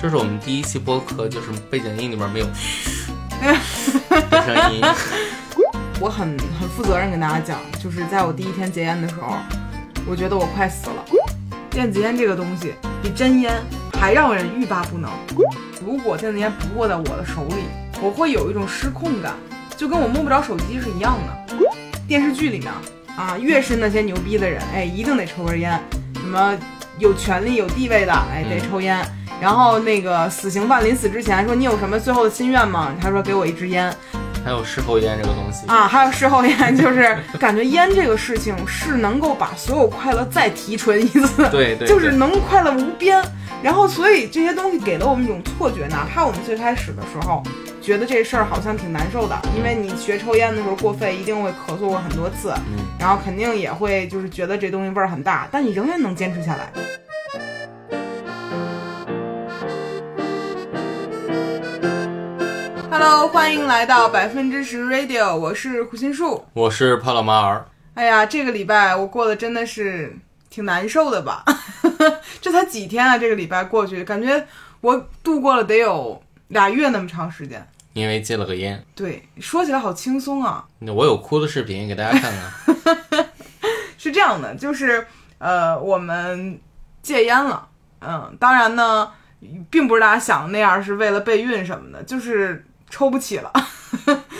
这是我们第一期播客，就是背景音里面没 有的声音。我很很负责任跟大家讲，就是在我第一天戒烟的时候，我觉得我快死了。电子烟这个东西比真烟还让人欲罢不能。如果电子烟不握在我的手里，我会有一种失控感，就跟我摸不着手机是一样的。电视剧里面啊，越是那些牛逼的人，哎，一定得抽根烟，什么有权利、有地位的，哎，得抽烟。然后那个死刑犯临死之前说：“你有什么最后的心愿吗？”他说：“给我一支烟。”还有事后烟这个东西，啊，还有事后 烟，就是感觉烟这个事情是能够把所有快乐再提纯一次，对对，就是能快乐无边。然后，所以这些东西给了我们一种错觉，哪怕我们最开始的时候觉得这事儿好像挺难受的，嗯因为你学抽烟的时候过肺，一定会咳嗽过很多次，嗯然后肯定也会就是觉得这东西味儿很大，但你仍然能坚持下来。Hello，欢迎来到百分之十 Radio，我是胡心树。我是帕洛马尔，哎呀，这个礼拜我过得真的是挺难受的吧？ 这才几天啊，这个礼拜过去，感觉我度过了得有俩月那么长时间。因为戒了个烟。对，说起来好轻松啊。那我有哭的视频给大家看 看。是这样的，就是呃，我们戒烟了，嗯，当然呢，并不是大家想的那样是为了备孕什么的，就是抽不起了。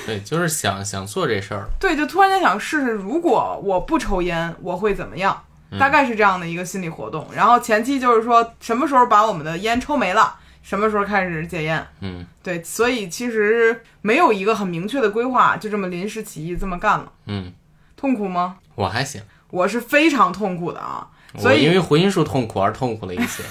对，就是想想做这事儿，对，就突然间想试试，如果我不抽烟，我会怎么样？嗯大概是这样的一个心理活动。然后前期就是说，什么时候把我们的烟抽没了，什么时候开始戒烟。嗯对，所以其实没有一个很明确的规划，就这么临时起意这么干了，嗯，痛苦吗？我还行，我是非常痛苦的啊。所我以因为回音术痛苦而痛苦了一些。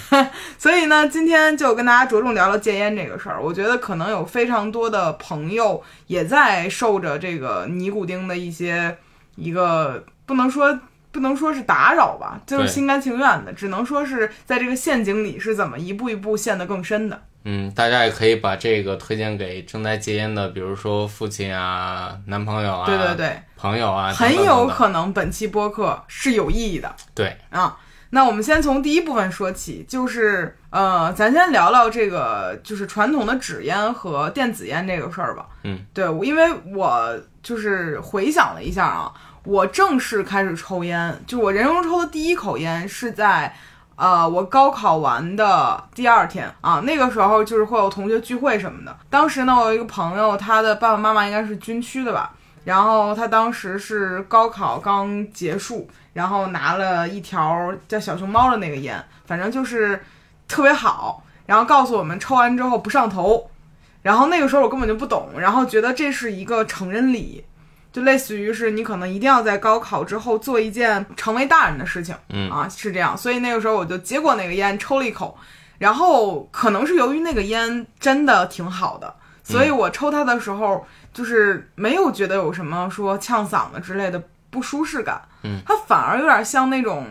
所以呢，今天就跟大家着重聊聊戒烟这个事儿。我觉得可能有非常多的朋友也在受着这个尼古丁的一些一个不能说不能说是打扰吧，就是对心甘情愿的，只能说是在这个陷阱里是怎么一步一步陷得更深的。嗯，大家也可以把这个推荐给正在戒烟的，比如说父亲啊、男朋友啊、对对对，朋友啊，很等等有等等可能本期播客是有意义的。对，啊。那我们先从第一部分说起，就是呃，咱先聊聊这个就是传统的纸烟和电子烟这个事儿吧。嗯，对，我因为我就是回想了一下啊，我正式开始抽烟，就我人生中抽的第一口烟是在。呃，我高考完的第二天啊，那个时候就是会有同学聚会什么的。当时呢，我有一个朋友，他的爸爸妈妈应该是军区的吧，然后他当时是高考刚结束，然后拿了一条叫小熊猫的那个烟，反正就是特别好，然后告诉我们抽完之后不上头。然后那个时候我根本就不懂，然后觉得这是一个成人礼，就类似于是你可能一定要在高考之后做一件成为大人的事情，嗯啊是这样，所以那个时候我就接过那个烟抽了一口，然后可能是由于那个烟真的挺好的，所以嗯我抽它的时候就是没有觉得有什么说呛嗓子之类的不舒适感，嗯，它反而有点像那种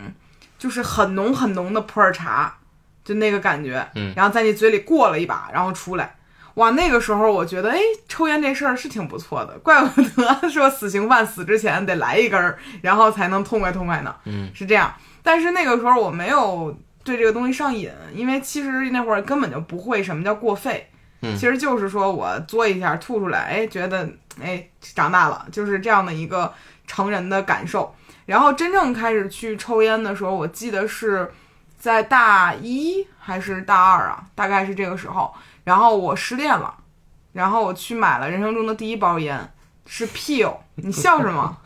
就是很浓很浓的普洱茶，就那个感觉，嗯然后在你嘴里过了一把，然后出来。哇，那个时候我觉得，哎，抽烟这事儿是挺不错的，怪不得 说死刑犯死之前得来一根儿，然后才能痛快痛快呢。嗯，是这样。但是那个时候我没有对这个东西上瘾，因为其实那会儿根本就不会什么叫过肺，嗯其实就是说我嘬一下吐出来，哎，觉得哎长大了，就是这样的一个成人的感受。然后真正开始去抽烟的时候，我记得是在大一还是大二啊，大概是这个时候。然后我失恋了，然后我去买了人生中的第一包烟，是 Peel。你笑什么？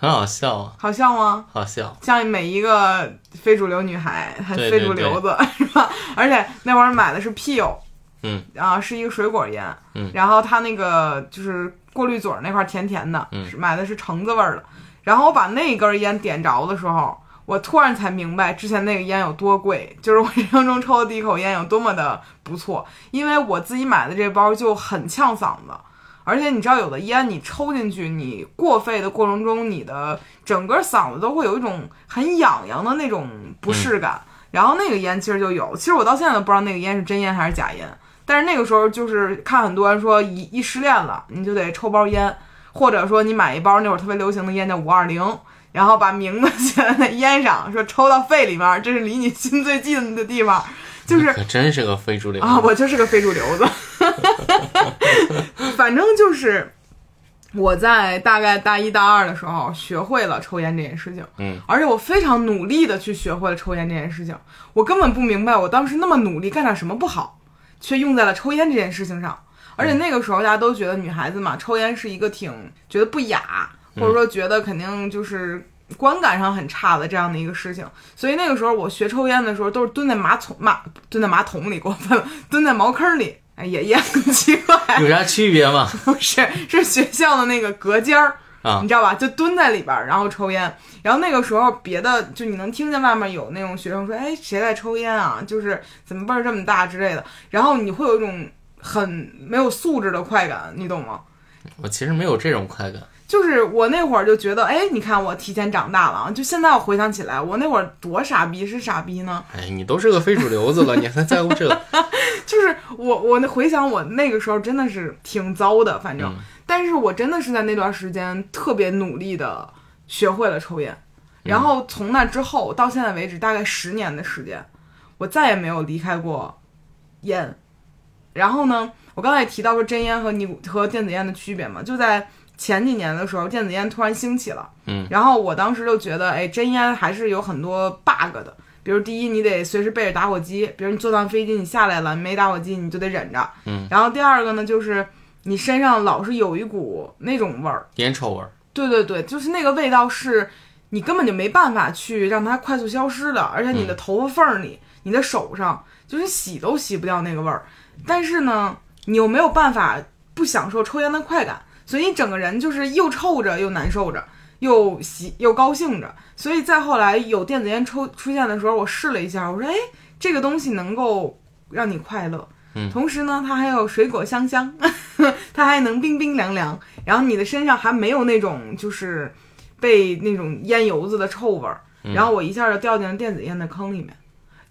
很好笑啊，好笑吗？好笑。像每一个非主流女孩，还对非主流子是吧？而且那会儿买的是哦 Peel，嗯，啊，是一个水果烟，嗯然后它那个就是过滤嘴儿那块儿甜甜的，嗯是买的是橙子味儿的。然后我把那根烟点着的时候，我突然才明白之前那个烟有多贵，就是我人生中抽的第一口烟有多么的不错，因为我自己买的这包就很呛嗓子。而且你知道，有的烟你抽进去，你过肺的过程中，你的整个嗓子都会有一种很痒痒的那种不适感。然后那个烟其实就有，其实我到现在都不知道那个烟是真烟还是假烟。但是那个时候就是看很多人说一一失恋了，你就得抽包烟，或者说你买一包那会儿特别流行的烟叫五二零，然后把名字写在那烟上，说抽到肺里面，这是离你心最近的地方。就是可真是个非主流啊，我就是个非主流子，反正就是我在大概大一大二的时候学会了抽烟这件事情，嗯，而且我非常努力的去学会了抽烟这件事情，我根本不明白我当时那么努力干点什么不好，却用在了抽烟这件事情上，而且那个时候大家都觉得女孩子嘛，抽烟是一个挺觉得不雅，或者说觉得肯定就是。观感上很差的这样的一个事情，所以那个时候我学抽烟的时候，都是蹲在马桶马蹲在马桶里，过分了，蹲在茅坑里，哎，也也很奇怪， 有啥区别吗？不 是是学校的那个隔间儿。啊你知道吧？就蹲在里边儿，然后抽烟。然后那个时候，别的就你能听见外面有那种学生说：“哎，谁在抽烟啊？就是怎么辈儿这么大之类的。”然后你会有一种很没有素质的快感，你懂吗？我其实没有这种快感。就是我那会儿就觉得，哎，你看我提前长大了啊！就现在我回想起来，我那会儿多傻逼是傻逼呢，哎，你都是个非主流子了，你还在乎这个？ 就是我我那回想我那个时候真的是挺糟的，反正，但是我真的是在那段时间特别努力的学会了抽烟，然后从那之后到现在为止，大概十年的时间，我再也没有离开过烟。然后呢，我刚才也提到说真烟和尼古和电子烟的区别嘛，就在前几年的时候，电子烟突然兴起了，嗯，然后我当时就觉得，哎，真烟还是有很多 bug 的。比如第一，你得随时备着打火机，比如你坐上飞机，你下来了没打火机，你就得忍着。嗯。然后第二个呢，就是你身上老是有一股那种味儿，烟臭味儿，对对对，就是那个味道是你根本就没办法去让它快速消失的，而且你的头发缝儿里、你的手上，就是洗都洗不掉那个味儿。但是呢，你又没有办法不享受抽烟的快感，所以你整个人就是又臭着又难受着。又喜又高兴着，所以再后来有电子烟抽出现的时候，我试了一下，我说：“哎，这个东西能够让你快乐，嗯同时呢，它还有水果香香，它还能冰冰凉凉，然后你的身上还没有那种就是被那种烟油子的臭味儿，然后我一下就掉进了电子烟的坑里面。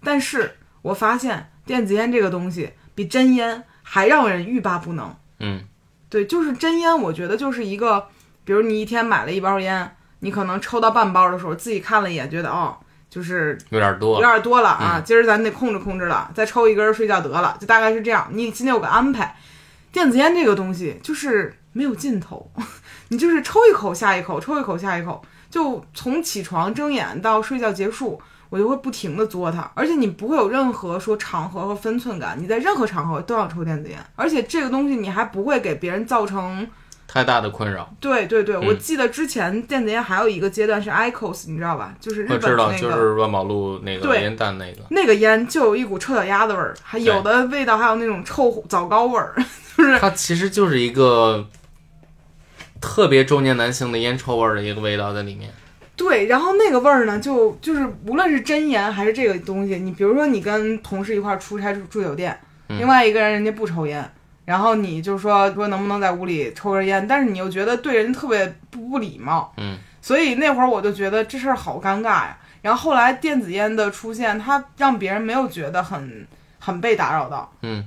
但是我发现电子烟这个东西比真烟还让人欲罢不能。嗯，对，就是真烟，我觉得就是一个，比如你一天买了一包烟，你可能抽到半包的时候，自己看了一眼，觉得哦，就是有点多嗯有。点多了啊，今儿咱得控制控制了，再抽一根儿睡觉得了，就大概是这样。你心里有个安排。电子烟这个东西就是没有尽头， 你就是抽一口下一口，抽一口下一口，就从起床睁眼到睡觉结束，我就会不停的作它，而且你不会有任何说场合和分寸感，你在任何场合都要抽电子烟，而且这个东西你还不会给别人造成太大的困扰。对对对，我嗯记得之前电子烟还有一个阶段是 IQOS，你知道吧？就是日我本的知道，那就个。是万宝路那个对烟弹那个，那个烟就有一股臭脚丫子味儿，还有的味道还有那种臭枣糕味儿。它其实就是一个特别中年男性的烟臭味儿的一个味道在里面。对，然后那个味儿呢，就就是无论是真烟还是这个东西，你比如说你跟同事一块儿出差住住酒店，嗯另外一个人人家不抽烟，然后你就说说能不能在屋里抽根烟，但是你又觉得对人特别不不礼貌，嗯，所以那会儿我就觉得这事儿好尴尬呀。然后后来电子烟的出现，它让别人没有觉得很很被打扰到，嗯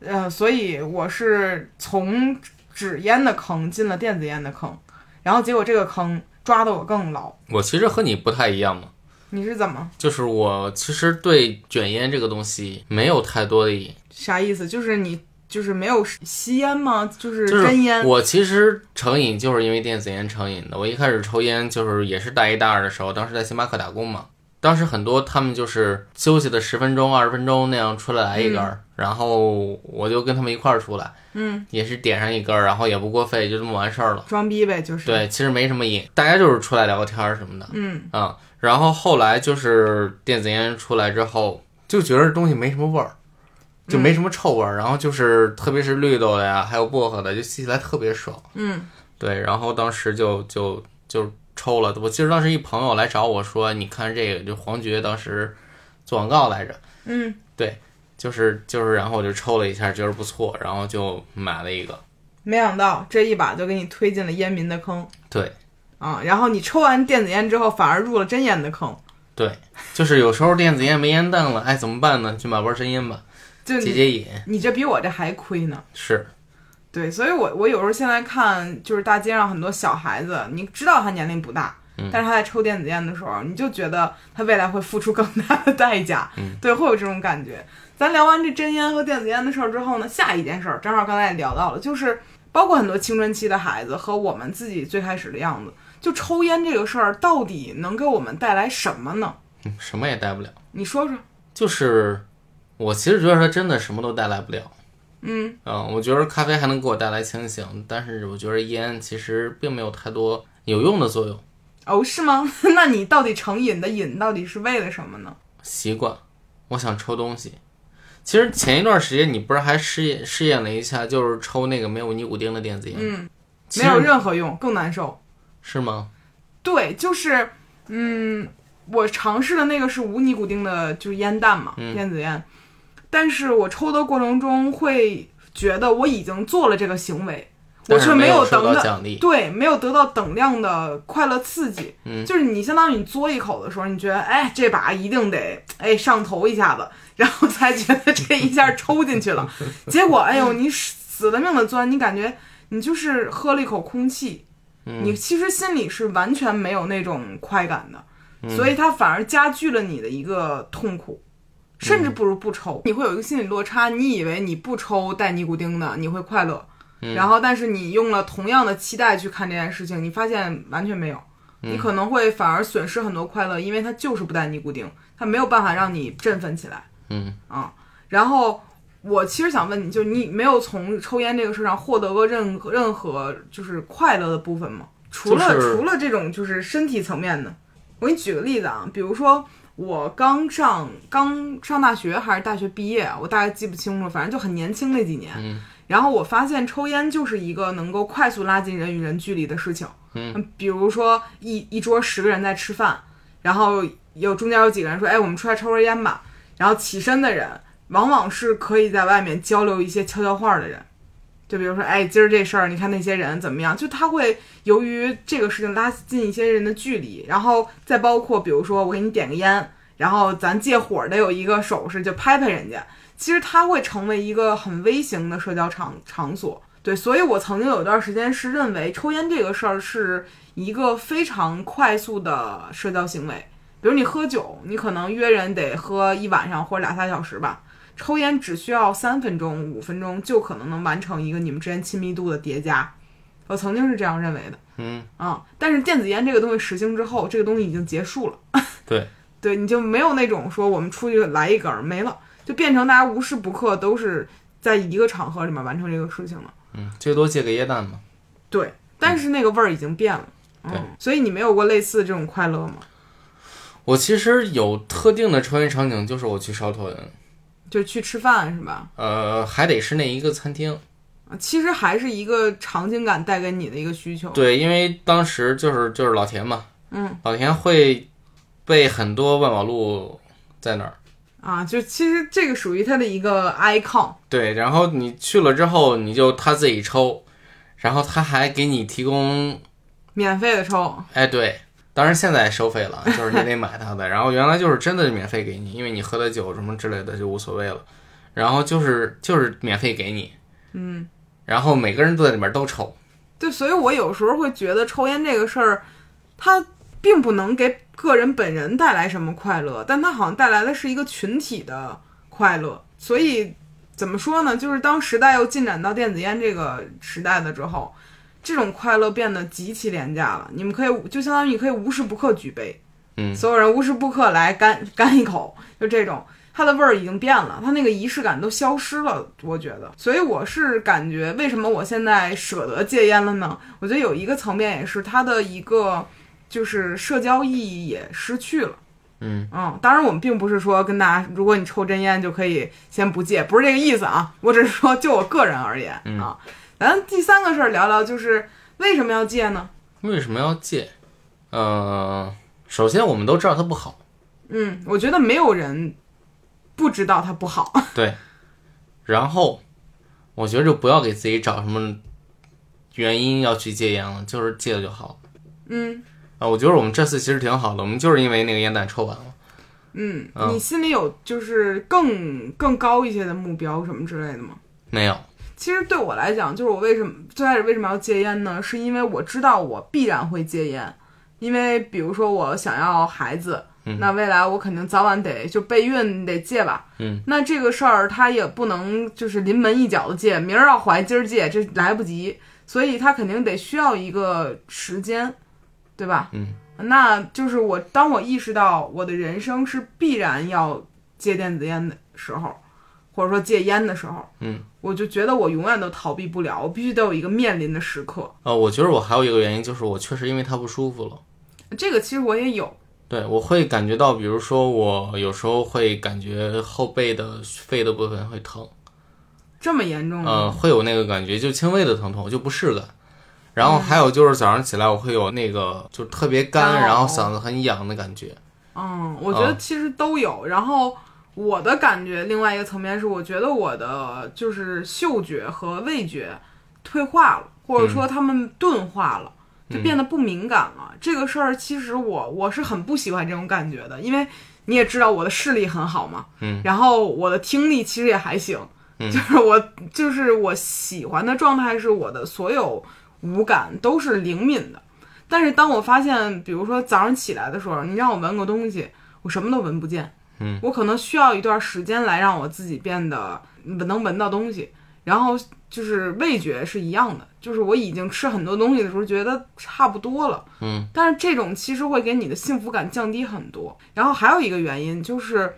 呃，所以我是从纸烟的坑进了电子烟的坑，然后结果这个坑抓的我更牢。我其实和你不太一样嘛，你是怎么就是我其实对卷烟这个东西没有太多的瘾，啥意思？就是你就是没有吸烟吗？就是就是真烟？我其实成瘾就是因为电子烟成瘾的。我一开始抽烟就是也是大一大二的时候，当时在星巴克打工嘛。当时很多他们就是休息的十分钟、二十分钟那样出来来一根儿，然后我就跟他们一块儿出来，嗯，也是点上一根儿，然后也不过肺，就这么完事儿了。装逼呗，就是。对，其实没什么瘾，大家就是出来聊个天儿什么的，嗯，啊、然后后来就是电子烟出来之后，就觉得这东西没什么味儿，就嗯没什么臭味儿，然后就是特别是绿豆的呀，还有薄荷的，就吸起来特别爽。嗯，对，然后当时就就就抽了。我记得当时一朋友来找我说：“你看这个，就黄觉当时做广告来着，嗯，就是就是，然后我就抽了一下，觉得不错，然后就买了一个。没想到这一把就给你推进了烟民的坑对啊！然后你抽完电子烟之后，反而入了真烟的坑。对，就是有时候电子烟没烟弹了，哎，怎么办呢？去买包真烟吧，就解你解瘾。你这比我这还亏呢。是，对，所以我我有时候现在看，就是大街上很多小孩子，你知道他年龄不大，嗯但是他在抽电子烟的时候，你就觉得他未来会付出更大的代价，嗯对，会有这种感觉。咱聊完这真烟和电子烟的事儿之后呢，下一件事儿正好刚才也聊到了，就是包括很多青春期的孩子和我们自己最开始的样子，就抽烟这个事儿到底能给我们带来什么呢？嗯什么也带不了。你说说，就是我其实觉得它真的什么都带来不了。嗯我觉得咖啡还能给我带来清醒，但是我觉得烟其实并没有太多有用的作用。哦，是吗？ 那你到底成瘾的瘾到底是为了什么呢？习惯，我想抽东西。其实前一段时间你不是还试验试验了一下，就是抽那个没有尼古丁的电子烟，嗯，其没实有任何用，更难受。是吗？对，就是，嗯，我尝试的那个是无尼古丁的，就是烟弹嘛，嗯电子烟。但是我抽的过程中会觉得我已经做了这个行为，我但是却没有收等到等奖励。对，没有得到等量的快乐刺激。嗯，就是你相当于你嘬一口的时候，你觉得哎这把一定得哎上头一下子， 然后才觉得这一下抽进去了，结果哎呦你死了命的钻，你感觉你就是喝了一口空气，你其实心里是完全没有那种快感的，所以它反而加剧了你的一个痛苦。甚至不如不抽，你会有一个心理落差。你以为你不抽带尼古丁的你会快乐，然后但是你用了同样的期待去看这件事情，你发现完全没有，你可能会反而损失很多快乐，因为它就是不带尼古丁，它没有办法让你振奋起来。嗯啊，然后我其实想问你，就你没有从抽烟这个事上获得过任何任何就是快乐的部分吗？除了、就是除了这种就是身体层面的，我给你举个例子啊，比如说我刚上刚上大学还是大学毕业啊，我大概记不清楚，反正就很年轻那几年。嗯然后我发现抽烟就是一个能够快速拉近人与人距离的事情。嗯，比如说一一桌十个人在吃饭，然后有中间有几个人说：“哎，我们出来抽根烟吧。”然后起身的人往往是可以在外面交流一些悄悄话的人。就比如说，哎，今儿这事儿，你看那些人怎么样？就他会由于这个事情拉近一些人的距离，然后再包括，比如说我给你点个烟，然后咱借火的有一个手势，就拍拍人家。其实它会成为一个很微型的社交场场所。对，所以我曾经有一段时间是认为抽烟这个事儿是一个非常快速的社交行为。比如你喝酒，你可能约人得喝一晚上或者俩仨小时吧。抽烟只需要三分钟、五分钟就可能能完成一个你们之间亲密度的叠加。我曾经是这样认为的嗯，啊、但是电子烟这个东西实行之后，这个东西已经结束了。对， 对，你就没有那种说我们出去来一根儿没了，就变成大家无时不刻都是在一个场合里面完成这个事情了。嗯，最多借个椰蛋嘛。对，但是那个味儿已经变了。嗯对嗯，所以你没有过类似这种快乐吗？我其实有特定的抽烟场景，就是我去烧托人，就是去吃饭是吧？呃，还得是那一个餐厅。啊其实还是一个场景感带给你的一个需求。对，因为当时就是就是老田嘛，嗯，老田会背很多万宝路在哪儿。啊，就其实这个属于它的一个 icon。对，然后你去了之后，你就他自己抽，然后他还给你提供，免费的抽，哎，对，当然现在收费了，就是你得买他的，然后原来就是真的是免费给你，因为你喝的酒什么之类的就无所谓了，然后就是就是免费给你，嗯，然后每个人都在里面都抽，对，所以我有时候会觉得抽烟这个事儿，它并不能给个人本人带来什么快乐，但它好像带来的是一个群体的快乐。所以怎么说呢？就是当时代又进展到电子烟这个时代的之后，这种快乐变得极其廉价了。你们可以就相当于你可以无时不刻举杯，嗯所有人无时不刻来干干一口，就这种。它的味儿已经变了，它那个仪式感都消失了，我觉得。所以我是感觉，为什么我现在舍得戒烟了呢？我觉得有一个层面也是它的一个，就是社交意义也失去了。嗯嗯，当然我们并不是说跟大家，如果你抽真烟就可以先不戒，不是这个意思啊。我只是说就我个人而言、啊。咱第三个事儿聊聊，就是为什么要戒呢？为什么要戒？呃，首先我们都知道它不好，嗯，我觉得没有人不知道它不好。对，然后我觉得就不要给自己找什么原因要去戒烟了，就是戒了就好了。嗯啊，我觉得我们这次其实挺好的，我们就是因为那个烟弹抽完了。嗯，嗯你心里有就是更更高一些的目标什么之类的吗？没有，其实对我来讲，就是我为什么最开始为什么要戒烟呢？是因为我知道我必然会戒烟，因为比如说我想要孩子，那未来我肯定早晚得就备孕得戒吧，嗯，那这个事儿他也不能就是临门一脚的戒，明儿要怀今儿戒，这来不及，所以他肯定得需要一个时间，对吧？嗯，那就是我当我意识到我的人生是必然要戒电子烟的时候，或者说戒烟的时候，嗯，我就觉得我永远都逃避不了，我必须得有一个面临的时刻。呃，我觉得我还有一个原因就是我确实因为它不舒服了。这个其实我也有，对，我会感觉到，比如说我有时候会感觉后背的肺的部分会疼，这么严重吗？呃，会有那个感觉，就轻微的疼痛，就不适感。然后还有就是早上起来我会有那个就特别干，干呕然后嗓子很痒的感觉。嗯，我啊觉得其实都有。然后我的感觉，另外一个层面是，我觉得我的就是嗅觉和味觉退化了，或者说他们钝化嗯了。就变得不敏感了。这个事儿其实我我是很不喜欢这种感觉的，因为你也知道我的视力很好嘛，嗯，然后我的听力其实也还行，嗯就是我就是我喜欢的状态是我的所有五感都是灵敏的。但是当我发现，比如说早上起来的时候，你让我闻个东西，我什么都闻不见。嗯，我可能需要一段时间来让我自己变得能闻到东西，然后就是味觉是一样的，就是我已经吃很多东西的时候觉得差不多了，嗯，但是这种其实会给你的幸福感降低很多。然后还有一个原因就是，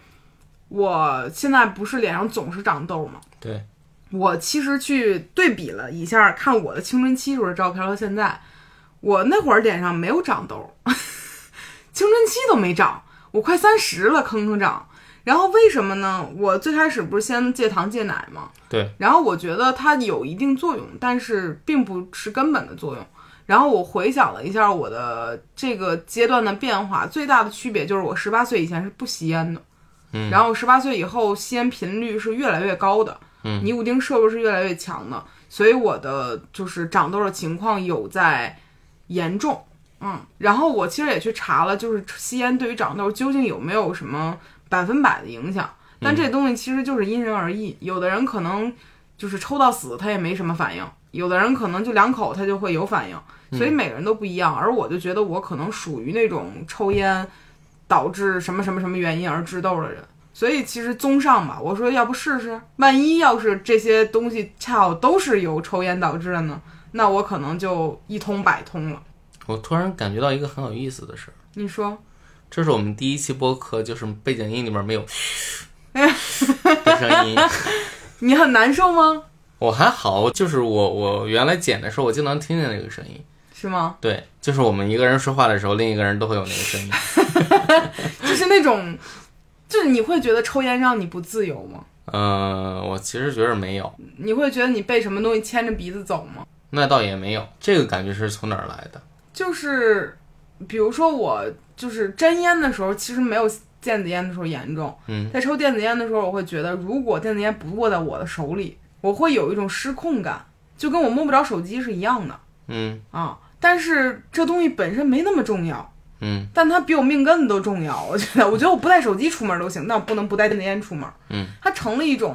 我现在不是脸上总是长痘吗？对，我其实去对比了一下，看我的青春期时候的照片和现在，我那会儿脸上没有长痘，青春期都没长，我快三十了，吭吭长。然后为什么呢？我最开始不是先戒糖戒奶吗？对。然后我觉得它有一定作用，但是并不是根本的作用。然后我回想了一下我的这个阶段的变化，最大的区别就是我十八岁以前是不吸烟的，嗯然后十八岁以后吸烟频率是越来越高的，嗯尼古丁摄入是越来越强的，所以我的就是长痘的情况有在严重。嗯，然后我其实也去查了，就是吸烟对于长痘究竟有没有什么百分百的影响？但这东西其实就是因人而异，有的人可能就是抽到死他也没什么反应，有的人可能就两口他就会有反应，所以每个人都不一样。而我就觉得我可能属于那种抽烟导致什么什么什么原因而致痘的人，所以其实综上吧，我说要不试试，万一要是这些东西恰好都是由抽烟导致的呢，那我可能就一通百通了。我突然感觉到一个很有意思的事儿，你说这是我们第一期播客，就是背景音里面没 有的声音。你很难受吗？我还好，就是我我原来剪的时候，我经常听见那个声音。是吗？对，就是我们一个人说话的时候，另一个人都会有那个声音。 就是那种，就是你会觉得抽烟让你不自由吗？嗯，我其实觉得没有，你会觉得你被什么东西牵着鼻子走吗？那倒也没有。这个感觉是从哪儿来的？就是，比如说我就是真烟的时候，其实没有电子烟的时候严重。嗯，在抽电子烟的时候，我会觉得如果电子烟不握在我的手里，我会有一种失控感，就跟我摸不着手机是一样的嗯啊。但是这东西本身没那么重要，嗯但它比我命根子都重要。我觉得，我觉得我不带手机出门都行，但我不能不带电子烟出门。嗯，它成了一种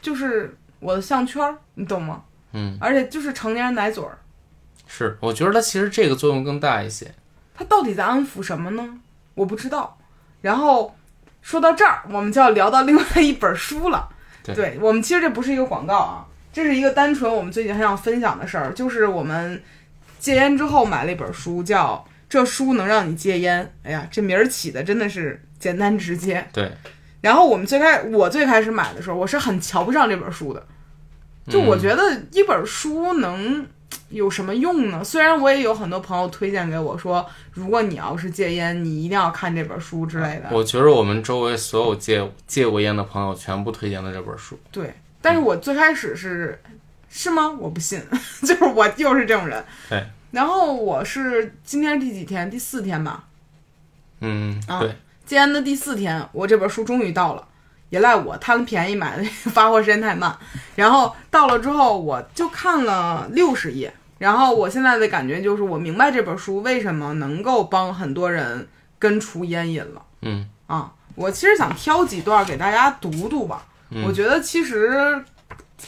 就是我的项圈儿，你懂吗？嗯，而且就是成年人奶嘴儿，是，我觉得它其实这个作用更大一些。它到底在安抚什么呢？我不知道。然后说到这儿，我们就要聊到另外一本书了。对我们其实这不是一个广告啊，这是一个单纯我们最近很想分享的事儿，就是我们戒烟之后买了一本书，叫《这书能让你戒烟》。哎呀，这名儿起的真的是简单直接。对，然后我们最开，我最开始买的时候，我是很瞧不上这本书的， 就嗯我觉得一本书能有什么用呢？虽然我也有很多朋友推荐给我说，如果你要是戒烟，你一定要看这本书之类的。我觉得我们周围所有戒戒过烟的朋友全部推荐了这本书。对，但是我最开始是是吗？我不信， 就是我又是这种人。对，然后我是今天是第几天？第四天吧，嗯，啊对，戒烟的第四天，我这本书终于到了，也赖我贪便宜买的，发货时间太慢。然后到了之后，我就看了六十页。然后我现在的感觉就是，我明白这本书为什么能够帮很多人根除烟瘾了嗯啊！我其实想挑几段给大家读读吧。嗯我觉得其实，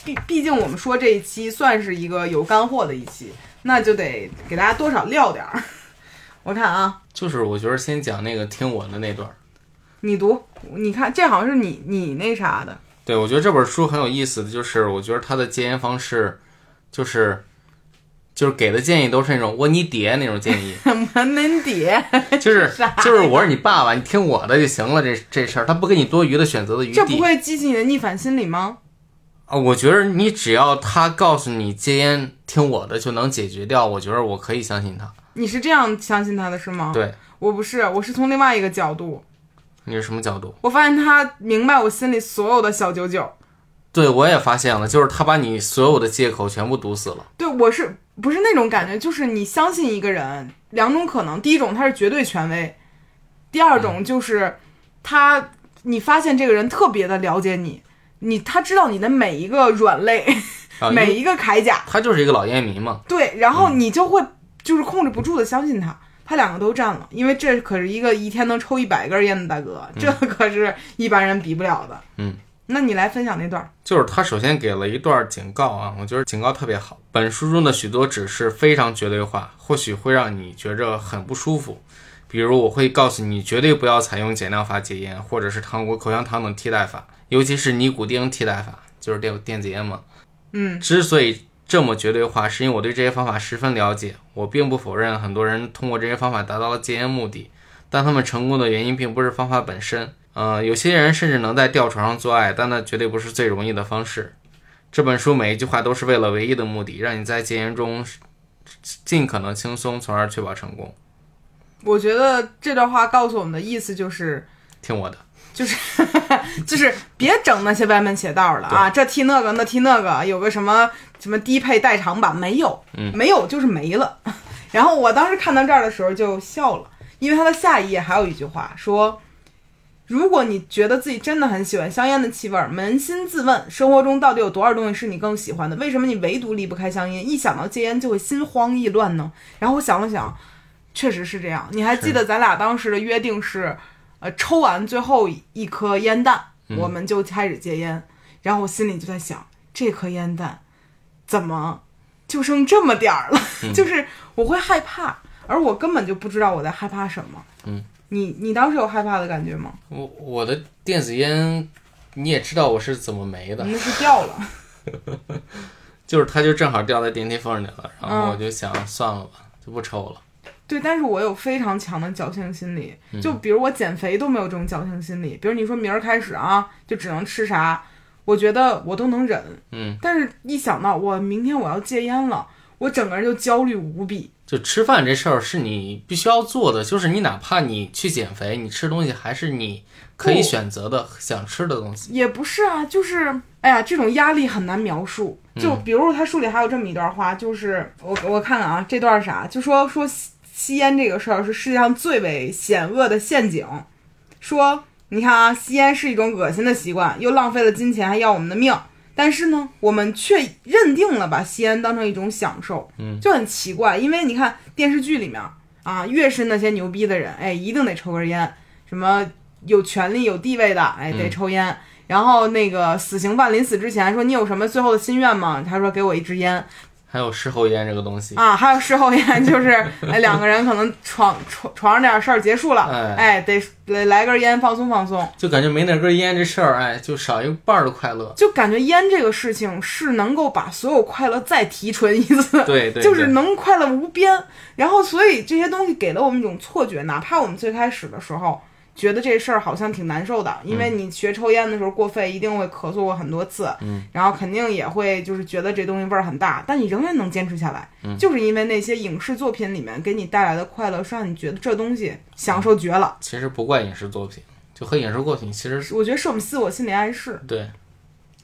毕毕竟我们说这一期算是一个有干货的一期，那就得给大家多少撂点儿。 我看啊，就是我觉得先讲那个听我的那段儿。你读，你看这好像是你你那啥的， 对，我觉得这本书很有意思的就是，我觉得他的戒烟方式，就是就是给的建议都是那种窝你爹那种建 议，门门 底，就是就是我是你爸爸，你听我的就行了，这这事儿他不给你多余的选择的余这不地会激起你的逆反心理吗？啊。我觉得你只要他告诉你戒烟听我的就能解决掉，我觉得我可以相信他。你是这样相信他的是吗？对，我不是，我是从另外一个角度，你是什么角度？我发现他明白我心里所有的小九九。对我也发现了，就是他把你所有的借口全部堵死了。对，我是不是那种感觉？就是你相信一个人，两种可能：第一种他是绝对权威，第二种嗯就是他，你发现这个人特别的了解你，你他知道你的每一个软肋，啊，因 每为一个铠甲，他就是一个老烟民嘛。对，然后你就会就是控制不住的相信他。他两个都占了，因为这可是一个一天能抽一百根烟的大哥，这可是一般人比不了的。嗯，那你来分享那段儿，就是他首先给了一段警告啊，我觉得警告特别好。本书中的许多指示非常绝对化，或许会让你觉着很不舒服。比如，我会告诉你绝对不要采用减量法戒烟，或者是糖果、口香糖等替代法，尤其是尼古丁替代法，就是电电子烟嘛。嗯，之所以这么绝对化，是因为我对这些方法十分了解。我并不否认很多人通过这些方法达到了戒烟目的，但他们成功的原因并不是方法本身。呃，有些人甚至能在吊床上做爱，但那绝对不是最容易的方式。这本书每一句话都是为了唯一的目的，让你在戒烟中尽可能轻松，从而确保成功。我觉得这段话告诉我们的意思就是，听我的，就是别整那些歪门邪道了啊！这踢那个，那踢那个，有个什么什么低配代偿版没有，没有就是没了。 然后我当时看到这儿的时候就笑了，因为他的下一页还有一句话说：“如果你觉得自己真的很喜欢香烟的气味儿，扪心自问，生活中到底有多少东西是你更喜欢的？为什么你唯独离不开香烟？一想到戒烟就会心慌意乱呢？”然后我想了想，确实是这样。你还记得咱俩当时的约定是，呃，抽完最后一颗烟弹，我们就开始戒烟。然后我心里就在想，这颗烟弹怎么就剩这么点儿了？ 就是我会害怕，而我根本就不知道我在害怕什么。嗯，你你当时有害怕的感觉吗？我我的电子烟你也知道我是怎么没的，那是掉了。就是它就正好掉在电梯缝里了，然后嗯我就想、算了吧，就不抽了。对，但是我有非常强的侥幸心理，就比如我减肥都没有这种侥幸心理。比如你说明儿开始啊，就只能吃啥，我觉得我都能忍。嗯，但是一想到我明天我要戒烟了，我整个人就焦虑无比。就吃饭这事儿是你必须要做的，就是你哪怕你去减肥，你吃东西还是你可以不选择的想吃的东西。也不是啊，就是哎呀，这种压力很难描述。就比如他书里还有这么一段话，就是我我看看啊，这段是啥？就说说吸吸烟这个事儿是世界上最为险恶的陷阱。说你看啊，吸烟是一种恶心的习惯，又浪费了金钱，还要我们的命。但是呢，我们却认定了把吸烟当成一种享受，嗯，就很奇怪。因为你看电视剧里面啊，越是那些牛逼的人，哎，一定得抽根烟，什么有权利、有地位的，哎，得抽烟。然后那个死刑犯临死之前说：“你有什么最后的心愿吗？”他说：“给我一支烟还有事后烟这个东西，啊。”还有事后烟，就是哎两个人可能床床床上点事儿结束了，哎，得得来根烟放松放松。就感觉没那根烟这事儿，哎，就少一半儿的快乐。就感觉烟这个事情是能够把所有快乐再提纯一次， 对对，就是对能快乐无边。然后，所以这些东西给了我们一种错觉，哪怕我们最开始的时候觉得这事儿好像挺难受的，因为嗯你学抽烟的时候过肺，一定会咳嗽过很多次，嗯，然后肯定也会就是觉得这东西味儿很大，但你仍然能坚持下来，嗯，就是因为那些影视作品里面给你带来的快乐，是让你觉得这东西享受绝了。其实不怪影视作品，就和影视作品其实是我觉得是我们自我心理暗示，对，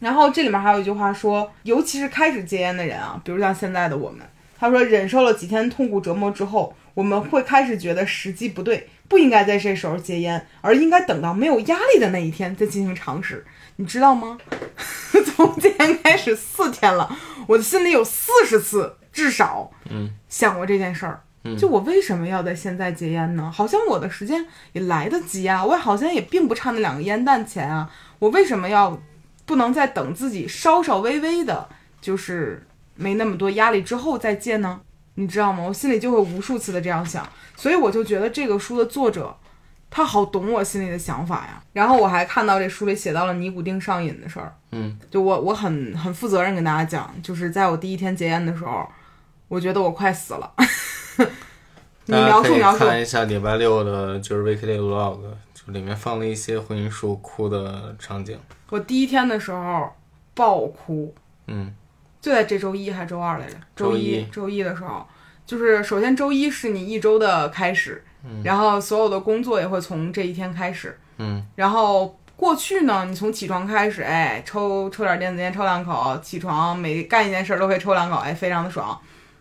然后这里面还有一句话说，尤其是开始戒烟的人啊，比如像现在的我们，他说忍受了几天痛苦折磨之后，我们会开始觉得时机不对，不应该在这时候戒烟，而应该等到没有压力的那一天再进行尝试，你知道吗？ 从今天开始四天了，我的心里有四十次至少，嗯，想过这件事儿。就我为什么要在现在戒烟呢？好像我的时间也来得及啊，我好像也并不差那两个烟弹钱啊，我为什么要不能在等自己稍稍微微的，就是没那么多压力之后再戒呢？你知道吗？我心里就会无数次的这样想，所以我就觉得这个书的作者，他好懂我心里的想法呀。然后我还看到这书里写到了尼古丁上瘾的事儿，嗯，就我我很很负责任跟大家讲，就是在我第一天戒烟的时候，我觉得我快死了。 你大家描可述以描述，看一下礼拜六的，就是 weekly vlog，就里面放了一些婚姻树哭的场景。我第一天的时候爆哭，嗯，就在这周一还周二来着？周一一，周一的时候，就是首先周一是你一周的开始，然后所有的工作也会从这一天开始，嗯，然后过去呢，你从起床开始，哎，抽抽点电子烟，抽两口，起床每干一件事儿都会抽两口，哎，非常的爽，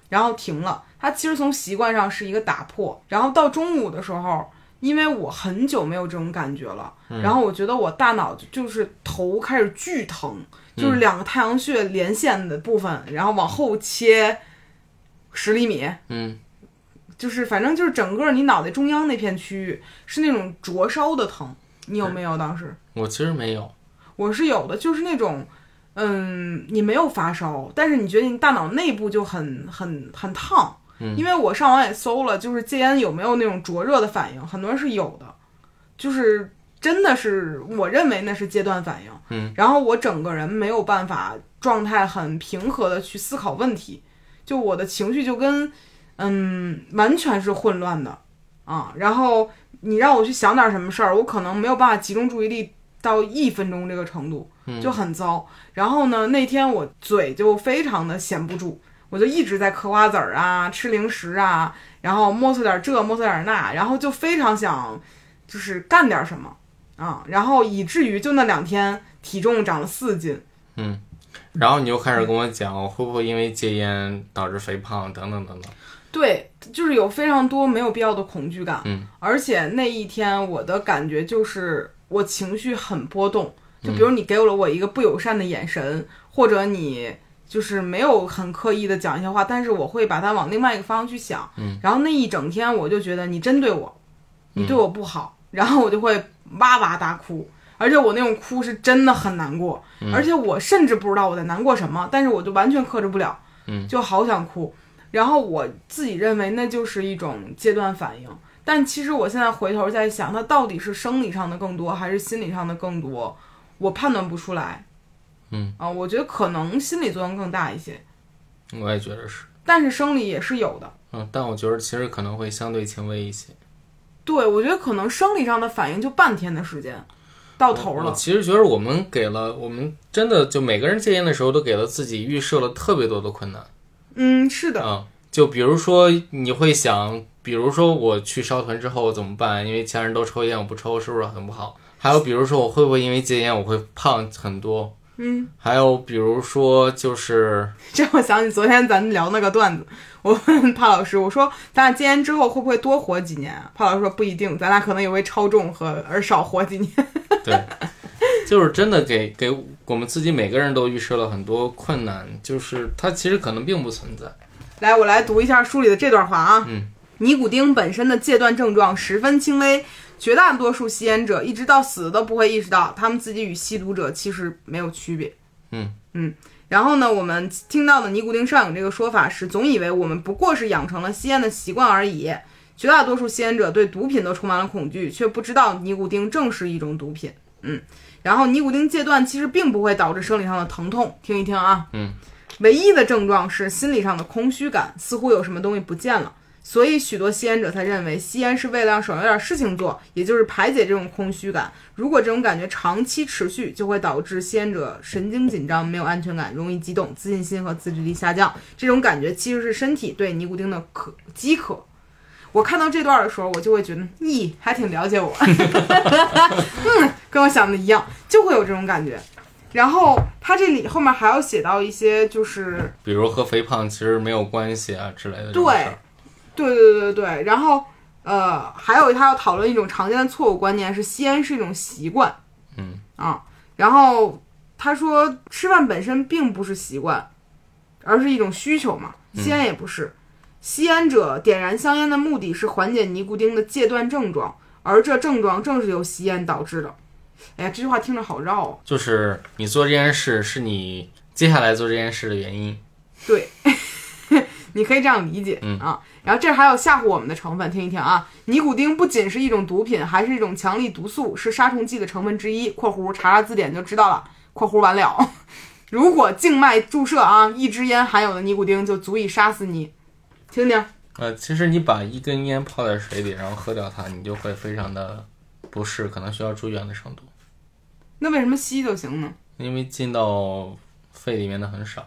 然后停了。它其实从习惯上是一个打破，然后到中午的时候。因为我很久没有这种感觉了，嗯然后我觉得我大脑就是头开始巨疼，就是两个太阳穴连线的部分，然后往后切十厘米，嗯，就是反正就是整个你脑袋中央那片区域是那种灼烧的疼，你有没有？当时我其实没有，我是有的，就是那种，嗯，你没有发烧，但是你觉得你大脑内部就很很很烫，因为我上网也搜了，就是戒烟有没有那种灼热的反应，很多人是有的，就是真的是我认为那是阶段反应，嗯，然后我整个人没有办法状态很平和的去思考问题，就我的情绪就跟嗯完全是混乱的啊，然后你让我去想点什么事儿，我可能没有办法集中注意力到一分钟这个程度，就很糟。然后呢，那天我嘴就非常的闲不住，我就一直在嗑瓜子儿啊，吃零食啊，然后摸索点这，摸索点那，然后就非常想就是干点什么啊，然后以至于就那两天体重长了四斤。然后你就开始跟我讲，我会不会因为戒烟导致肥胖等等等等。对，就是有非常多没有必要的恐惧感。嗯，而且那一天我的感觉就是我情绪很波动，就嗯比如你给了我一个不友善的眼神，或者你就是没有很刻意的讲一些话，但是我会把它往另外一个方向去想。嗯，然后那一整天我就觉得你针对我，你嗯对我不好，然后我就会哇哇大哭。而且我那种哭是真的很难过，嗯而且我甚至不知道我在难过什么，但是我就完全克制不了，嗯就好想哭。然后我自己认为那就是一种阶段反应，但其实我现在回头在想，它到底是生理上的更多还是心理上的更多，我判断不出来。嗯啊，我觉得可能心理作用更大一些，我也觉得是，但是生理也是有的。嗯，但我觉得其实可能会相对轻微一些。对，我觉得可能生理上的反应就半天的时间，到头我了。其实觉得我们给了我们真的就每个人戒烟的时候都给了自己预设了特别多的困难。嗯，是的， 嗯，就比如说你会想，比如说我去烧团之后怎么办？因为其他人都抽烟，我不抽，是不是很不好？还有比如说我会不会因为戒烟我会胖很多？嗯，还有比如说就是这让我想起昨天咱们聊那个段子，我问帕老师，我说咱俩戒烟之后会不会多活几年啊？帕老师说不一定，咱俩可能也会超重和而少活几年。对，就是真的给给我们自己每个人都预设了很多困难，就是它其实可能并不存在。来，我来读一下书里的这段话啊。嗯，尼古丁本身的戒断症状十分轻微，绝大多数吸烟者一直到死都不会意识到他们自己与吸毒者其实没有区别。嗯嗯。然后呢，我们听到的尼古丁上瘾这个说法是，总以为我们不过是养成了吸烟的习惯而已。绝大多数吸烟者对毒品都充满了恐惧，却不知道尼古丁正是一种毒品。嗯，然后尼古丁戒断其实并不会导致生理上的疼痛，听一听啊。唯一的症状是心理上的空虚感，似乎有什么东西不见了。所以许多吸烟者才认为，吸烟是为了让手上有点事情做，也就是排解这种空虚感。如果这种感觉长期持续，就会导致吸烟者神经紧张、没有安全感、容易激动、自信心和自制力下降。这种感觉其实是身体对尼古丁的渴饥渴。我看到这段的时候，我就会觉得，咦，还挺了解我， 嗯，跟我想的一样，就会有这种感觉。然后他这里后面还要写到一些，就是比如和肥胖其实没有关系啊之类的这种事对儿。，对对对对。然后呃，还有他要讨论一种常见的错误观念是吸烟是一种习惯。嗯啊，然后他说吃饭本身并不是习惯，而是一种需求嘛，吸烟也不是。吸烟者点燃香烟的目的是缓解尼古丁的戒断症状，而这症状正是由吸烟导致的。哎呀，这句话听着好绕哦。就是你做这件事是你接下来做这件事的原因。对，你可以这样理解、啊。然后这还有吓唬我们的成分，听一听啊。尼古丁不仅是一种毒品，还是一种强力毒素，是杀虫剂的成分之一。（括弧查查字典就知道了。）（括弧完了）如果静脉注射啊，一支烟含有的尼古丁就足以杀死你。听听，呃，其实你把一根烟泡在水里，然后喝掉它，你就会非常的不适，可能需要住院的程度，那为什么吸就行呢？因为进到肺里面的很少。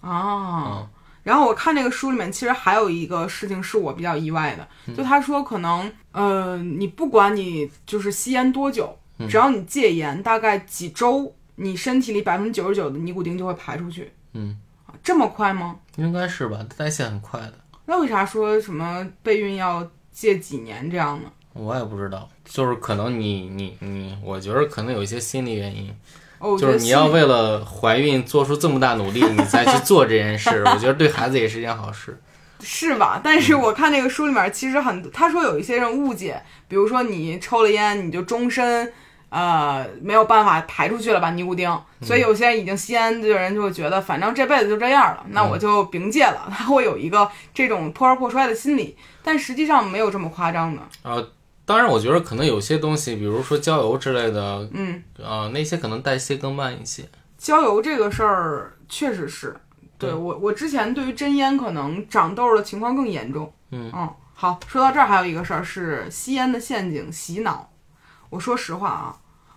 哦啊。然后我看这个书里面，其实还有一个事情是我比较意外嗯的，就他说可能，呃，你不管你就是吸烟多久，嗯只要你戒烟，大概几周，你身体里百分之九十九的尼古丁就会排出去。嗯，啊这么快吗？应该是吧，代谢很快的。那为啥说什么备孕要戒几年这样呢？我也不知道，就是可能你你你，我觉得可能有一些心理原因，哦，我觉就得是你要心为了怀孕做出这么大努力，你再去做这件 事，我觉得对孩子也是一件好事。是吧？但是我看那个书里面，其实很他说有一些人误解，比如说你抽了烟，你就终身呃没有办法排出去了吧尼古丁，所以有些人已经吸烟的人就会觉得，反正这辈子就这样了，那我就凭借了， 他会有一个这种破罐破摔的心理，但实际上没有这么夸张的。当然，我觉得可能有些东西，比如说焦油之类的，嗯，呃，那些可能代谢更慢一些。焦油这个事儿确实是，对对我我之前对于真烟可能长痘儿的情况更严重。嗯好，说到这儿还有一个事儿是吸烟的陷阱洗脑。我说实话啊，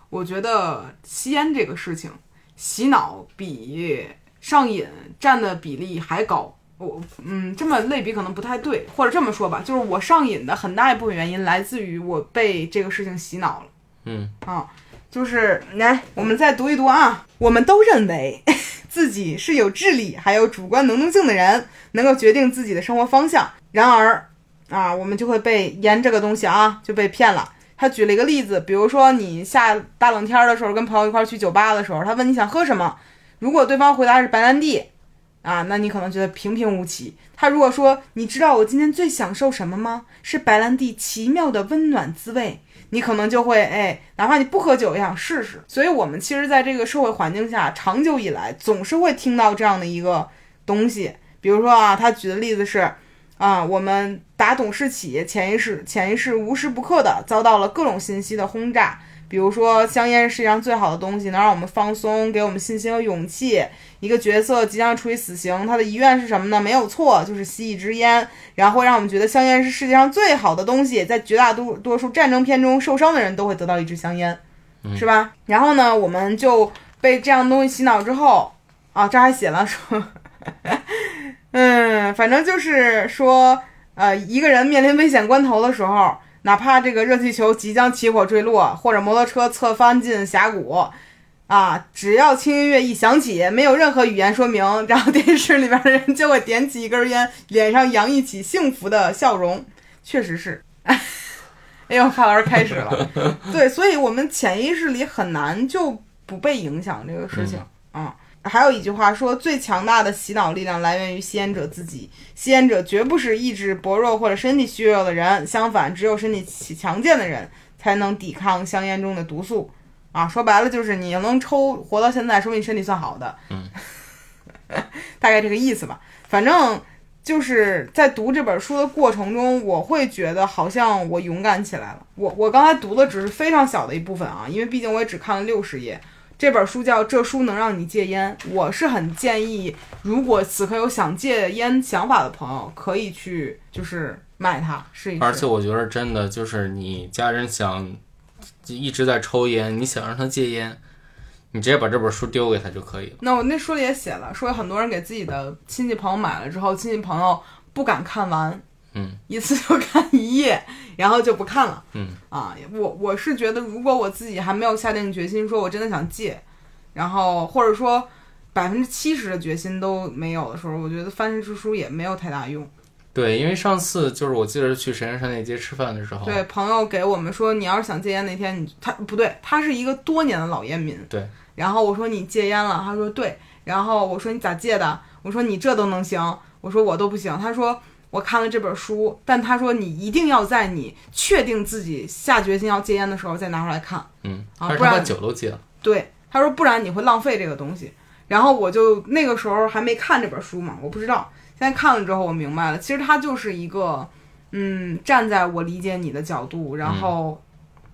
我觉得吸烟这个事情洗脑比上瘾占的比例还高。我嗯，这么类比可能不太对，或者这么说吧，就是我上瘾的很大一部分原因来自于我被这个事情洗脑了。嗯啊，就是来，我们再读一读啊。我们都认为 自己是有智力还有主观能动性的人，能够决定自己的生活方向。然而啊，我们就会被盐这个东西啊就被骗了。他举了一个例子，比如说你下大冷天儿的时候跟朋友一块儿去酒吧的时候，他问你想喝什么，如果对方回答是白兰地。啊，那你可能觉得平平无奇。他如果说你知道我今天最享受什么吗？是白兰地奇妙的温暖滋味，你可能就会哎，哪怕你不喝酒也想试试。所以，我们其实在这个社会环境下，长久以来总是会听到这样的一个东西。比如说啊，他举的例子是，啊，我们打懂事起，潜意识潜意识无时不刻的遭到了各种信息的轰炸。比如说，香烟是世界上最好的东西，能让我们放松，给我们信心和勇气。一个角色即将处以死刑，他的遗愿是什么呢？没有错，就是吸一支烟，然后会让我们觉得香烟是世界上最好的东西，在绝大多多数战争片中，受伤的人都会得到一支香烟，是吧？然后呢，我们就被这样东西洗脑之后，啊，这还写了说，嗯，反正就是说，呃，一个人面临危险关头的时候，哪怕这个热气球即将起火坠落，或者摩托车侧翻进峡谷。啊，只要轻音乐一响起，没有任何语言说明，然后电视里边的人就会点起一根烟，脸上洋溢起幸福的笑容。确实是， 哎呦，范老师开始了。 对，所以我们潜意识里很难就不被影响这个事情啊、还有一句话说，最强大的洗脑力量来源于吸烟者自己。吸烟者绝不是意志薄弱或者身体虚弱的人，相反，只有身体强健的人才能抵抗香烟中的毒素。啊，说白了就是你能抽活到现在，说明你身体算好的。嗯， 大概这个意思吧。反正就是在读这本书的过程中，我会觉得好像我勇敢起来了。我我刚才读的只是非常小的一部分啊，因为毕竟我也只看了六十页。这本书叫《这书能让你戒烟》，我是很建议，如果此刻有想戒烟想法的朋友，可以去就是买它试一试。而且我觉得真的就是你家人想一直在抽烟，你想让他戒烟，你直接把这本书丢给他就可以了。那我那书里也写了，说很多人给自己的亲戚朋友买了之后，亲戚朋友不敢看完，嗯，一次就看一页，然后就不看了，嗯，啊，我我是觉得，如果我自己还没有下定决心，说我真的想戒，然后或者说百分之七十的决心都没有的时候，我觉得翻身之书也没有太大用。对，因为上次就是我记得去神山山那街吃饭的时候，对，朋友给我们说，你要是想戒烟那天，你他不对，他是一个多年的老烟民。对。然后我说你戒烟了，他说对。然后我说你咋戒的？我说你这都能行？我说我都不行。他说我看了这本书，但他说你一定要在你确定自己下决心要戒烟的时候再拿出来看。嗯，啊但是不他然把酒都戒了。对，他说不然你会浪费这个东西。然后我就那个时候还没看这本书嘛，我不知道。现在看了之后，我明白了，其实它就是一个，嗯，站在我理解你的角度，然后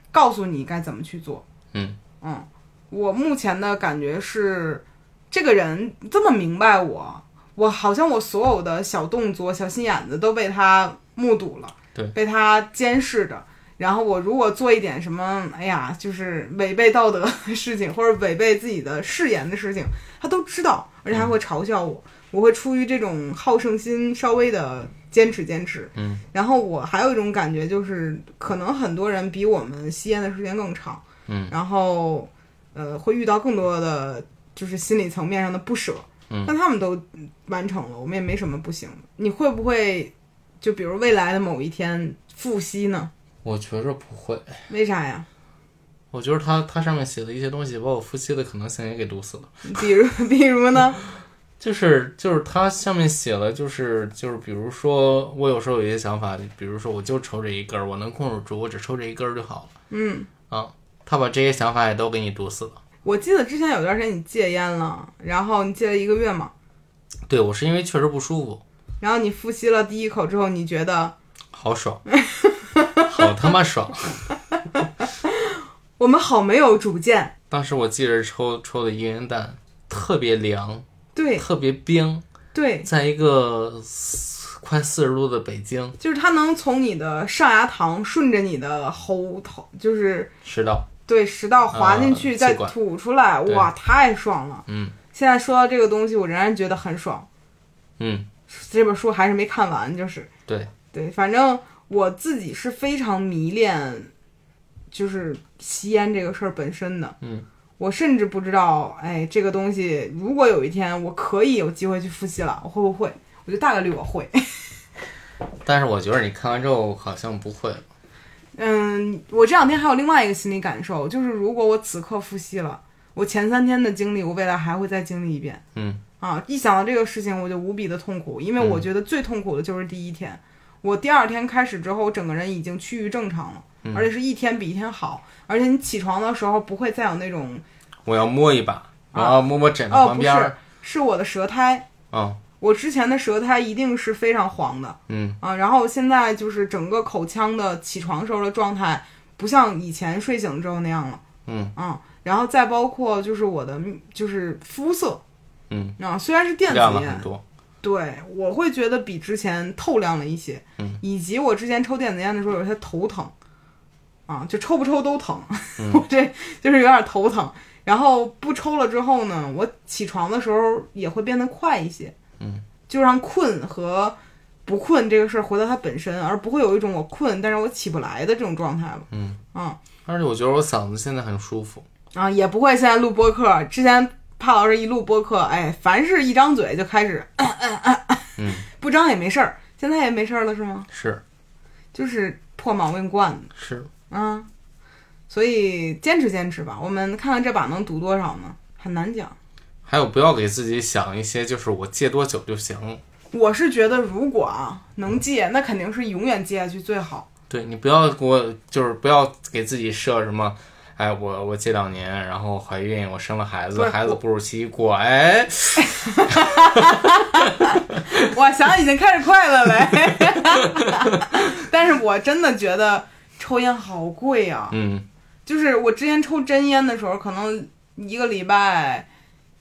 告诉你该怎么去做。嗯嗯，我目前的感觉是，这个人这么明白我，我好像我所有的小动作、小心眼子都被他目睹了，对被他监视着。然后我如果做一点什么，哎呀，就是违背道德的 事情，或者违背自己的誓言的事情，他都知道，而且还嗯会嘲笑我。我会出于这种好胜心，稍微的坚持坚持。嗯，然后我还有一种感觉，就是可能很多人比我们吸烟的时间更长。嗯，然后呃，会遇到更多的就是心理层面上的不舍。嗯但他们都完成了，我们也没什么不行的。你会不会就比如未来的某一天复吸呢？我觉着不会，为啥呀？我觉得他他上面写的一些东西，把我夫妻的可能性也给堵死了。比如 比如呢？就是就是他下面写了，就是就是，比如说我有时候有一些想法，比如说我就抽这一根儿，我能控制住，我只抽这一根儿就好了嗯，啊。他把这些想法也都给你堵死了。我记得之前有段时间你戒烟了，然后你戒了一个月嘛，对我是因为确实不舒服，然后你复吸了第一口之后，你觉得好 爽，好他妈爽。我们好没有主见，当时我记着抽抽的一元弹，特别凉，对特别冰，对，在一个四快四十度的北京就是它能从你的上牙膛顺着你的喉头，就是食道，对食道滑进去，呃再气管吐出来，对哇，太爽了！嗯现在说到这个东西，我仍然觉得很爽。嗯，这本书还是没看完，就是对，对，反正我自己是非常迷恋，就是吸烟这个事儿本身的。嗯，我甚至不知道，哎，这个东西如果有一天我可以有机会去复吸了，我会不会？我觉得大概率我会。但是我觉得你看完之后好像不会了，嗯，我这两天还有另外一个心理感受，就是如果我此刻复吸了，我前三天的经历，我未来还会再经历一遍。嗯啊，一想到这个事情，我就无比的痛苦，因为我觉得最痛苦的就是第一天。我第二天开始之后，我整个人已经趋于正常了，嗯而且是一天比一天好，而且你起床的时候不会再有那种我要摸一啊把，我要摸摸枕头哦，旁不边是儿，，是我的舌苔，嗯我之前的舌苔一定是非常黄的，嗯啊，然后现在就是整个口腔的起床时候的状态，不像以前睡醒之后那样了，嗯啊，然后再包括就是我的就是肤色嗯，啊，虽然是电子亮了烟很，多，对我会觉得比之前透亮了一些，嗯以及我之前抽电子烟的时候有些头疼，啊，就抽不抽都疼，嗯 我这就是有点头疼。然后不抽了之后呢，我起床的时候也会变得快一些，嗯，就让困和不困这个事儿回到它本身，而不会有一种我困但是我起不来的这种状态了，嗯嗯。而且我觉得我嗓子现在很舒服，啊，也不会现在录播客。之前帕老师一录播客，哎，凡是一张嘴就开始，呃嗯， 不张也没事儿。现在也没事儿了是吗？是就是破毛病惯的，是，啊，所以坚持坚持吧。我们看看这把能读多少呢？很难讲。还有不要给自己想一些就是我戒多久就行了，我是觉得，如果啊能戒，那肯定是永远戒下去最好。对你不要给我就是不要给自己设什么。哎，我我戒两年，然后怀孕，我生了孩不子，是孩子哺乳期一过，哎，我想已经开始快乐了， 但是我真的觉得抽烟好贵啊。嗯就是我之前抽真烟的时候，可能一个礼拜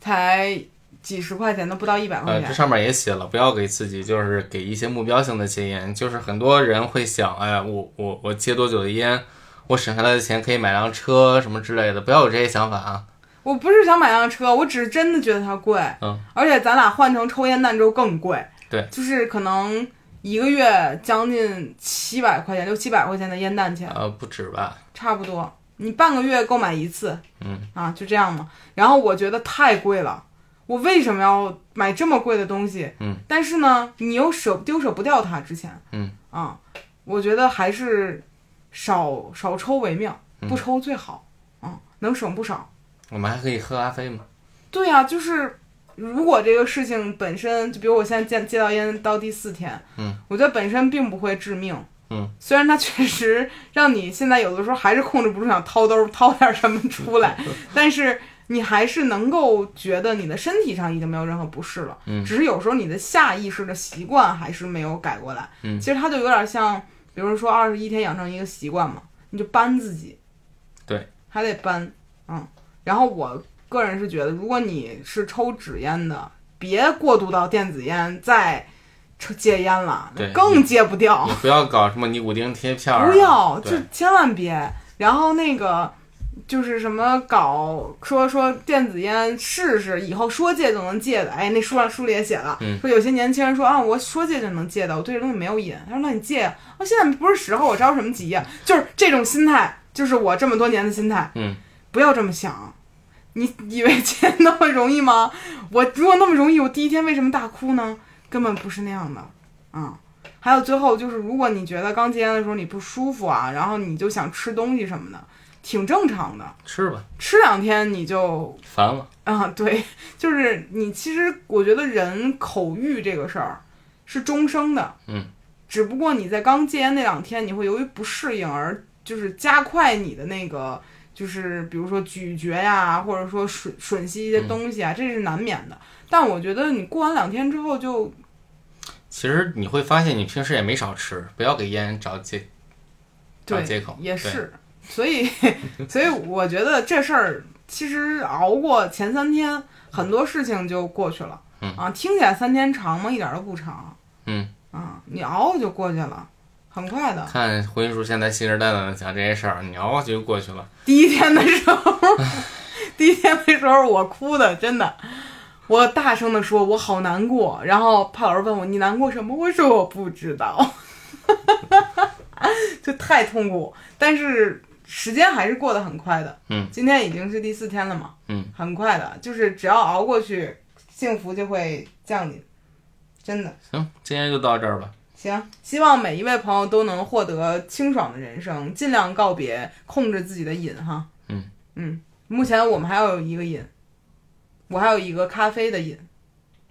才几十块钱，都不到一百块呃，这钱。上面也写了，不要给自己就是给一些目标性的戒烟，就是很多人会想，哎，我我我戒多久的烟，我省下来的钱可以买辆车什么之类的，不要有这些想法啊，我不是想买辆车，我只是真的觉得它贵，嗯，而且咱俩换成抽烟弹之后更贵。对，就是可能一个月将近七百块钱，六七百块钱的烟弹钱，呃，不止吧，差不多。你半个月购买一次，嗯啊，就这样嘛。然后我觉得太贵了，我为什么要买这么贵的东西？嗯，但是呢，你又舍丢舍不掉它之前，嗯啊，我觉得还是少少抽为妙，嗯不抽最好，啊，能省不少。我们还可以喝咖啡嘛，对呀、就是如果这个事情本身，就比如我现在戒戒到烟到第四天，嗯，我觉得本身并不会致命，嗯，虽然它 确实让你现在有的时候还是控制不住想掏兜掏点什么出来，但是你还是能够觉得你的身体上已经没有任何不适了，嗯只是有时候你的下意识的习惯还是没有改过来，嗯其实它就有点像，比如说二十一天养成一个习惯嘛，你就搬自己，对，还得搬，嗯，然后我个人是觉得，如果你是抽纸烟的，别过渡到电子烟再抽戒烟了，那对更戒不掉，你不要搞什么尼古丁贴片儿啊，哦不要，就对，千万别。然后那个就是什么搞说说电子烟试试，以后说戒就能戒的。哎，那书上书里也写了，嗯说有些年轻人说啊，我说戒就能戒的，我对这东西没有瘾。他说那你戒啊，啊现在不是时候，我着什么急呀、就是这种心态，就是我这么多年的心态。嗯，不要这么想。你以为戒那么容易吗？我如果那么容易，我第一天为什么大哭呢？根本不是那样的，嗯。还有最后就是，如果你觉得刚戒烟的时候你不舒服啊，然后你就想吃东西什么的，挺正常的。吃吧，吃两天你就烦了， 啊，对，就是你其实我觉得人口欲这个事儿是终生的，嗯，只不过你在刚戒烟那两天，你会由于不适应而就是加快你的那个。就是比如说咀嚼呀、或者说吮吮吸一嗯些东西啊，这是难免的。但我觉得你过完两天之后就其实你会发现你平时也没少吃，不要给烟找借找对，借口，也对，是。所以，所以我觉得这事儿其实熬过前三天，很多事情就过去了。嗯啊，听起来三天长吗？一点儿都不长。嗯啊，你熬熬就过去了，很快的。看胡云树现在信誓旦旦的讲这些事儿，你熬就过去了。第一天的时候， 第一天的时候我哭的，真的。我大声的说，我好难过。然后潘老师问我，你难过什么？我说我不知道， 就太痛苦。但是时间还是过得很快的。嗯，今天已经是第四天了嘛。嗯，很快的，就是只要熬过去，幸福就会降临，真的。行，今天就到这儿吧。行，希望每一位朋友都能获得清爽的人生，尽量告别控制自己的瘾哈。嗯嗯，目前我们还有一个瘾，我还有一个咖啡的瘾，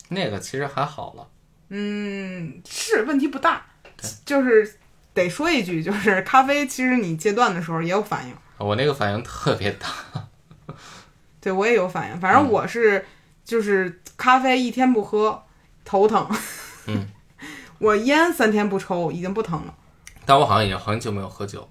那个其实还好了，嗯，是问题不大，就是得说一句，就是 咖啡其实你戒断的时候也有反应。我那个反应特别大。对我也有反应，反嗯正我是、就是咖啡一天不喝头疼，嗯， 我烟三天不抽已经不疼了。但我好像也很久没有喝酒。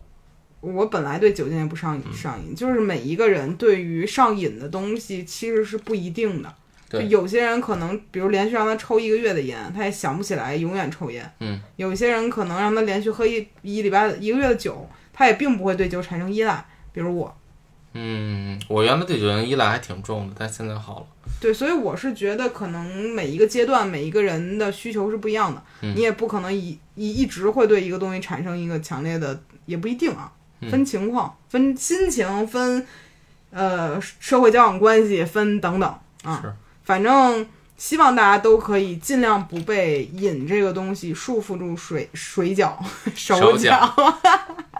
我本来对酒精也不上瘾，嗯上瘾就是每一个人对于上瘾的东西其实是不一定的。对就有些人可能，比如连续让他抽一个月的烟，他也想不起来永远抽烟。嗯，有一些人可能让他连续喝一一礼拜一个月的酒，他也并不会对酒产生依赖。比如我，嗯，我原来对酒精依赖还挺重的，但现在好了。对，所以我是觉得，可能每一个阶段、每一个人的需求是不一样的，嗯你也不可能一一一直会对一个东西产生一个强烈的，也不一定啊，嗯分情况、分心情、分呃社会交往关系、分等等是啊，反正希望大家都可以尽量不被瘾这个东西束缚住水水饺、手手脚脚，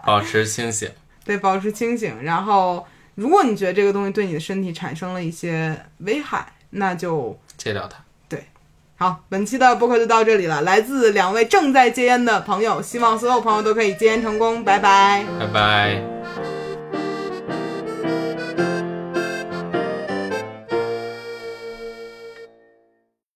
保持清醒。对，保持清醒。然后，如果你觉得这个东西对你的身体产生了一些危害，那就。戒掉它。好，本期的播客就到这里了。来自两位正在戒烟的朋友，希望所有朋友都可以戒烟成功。拜拜。拜拜。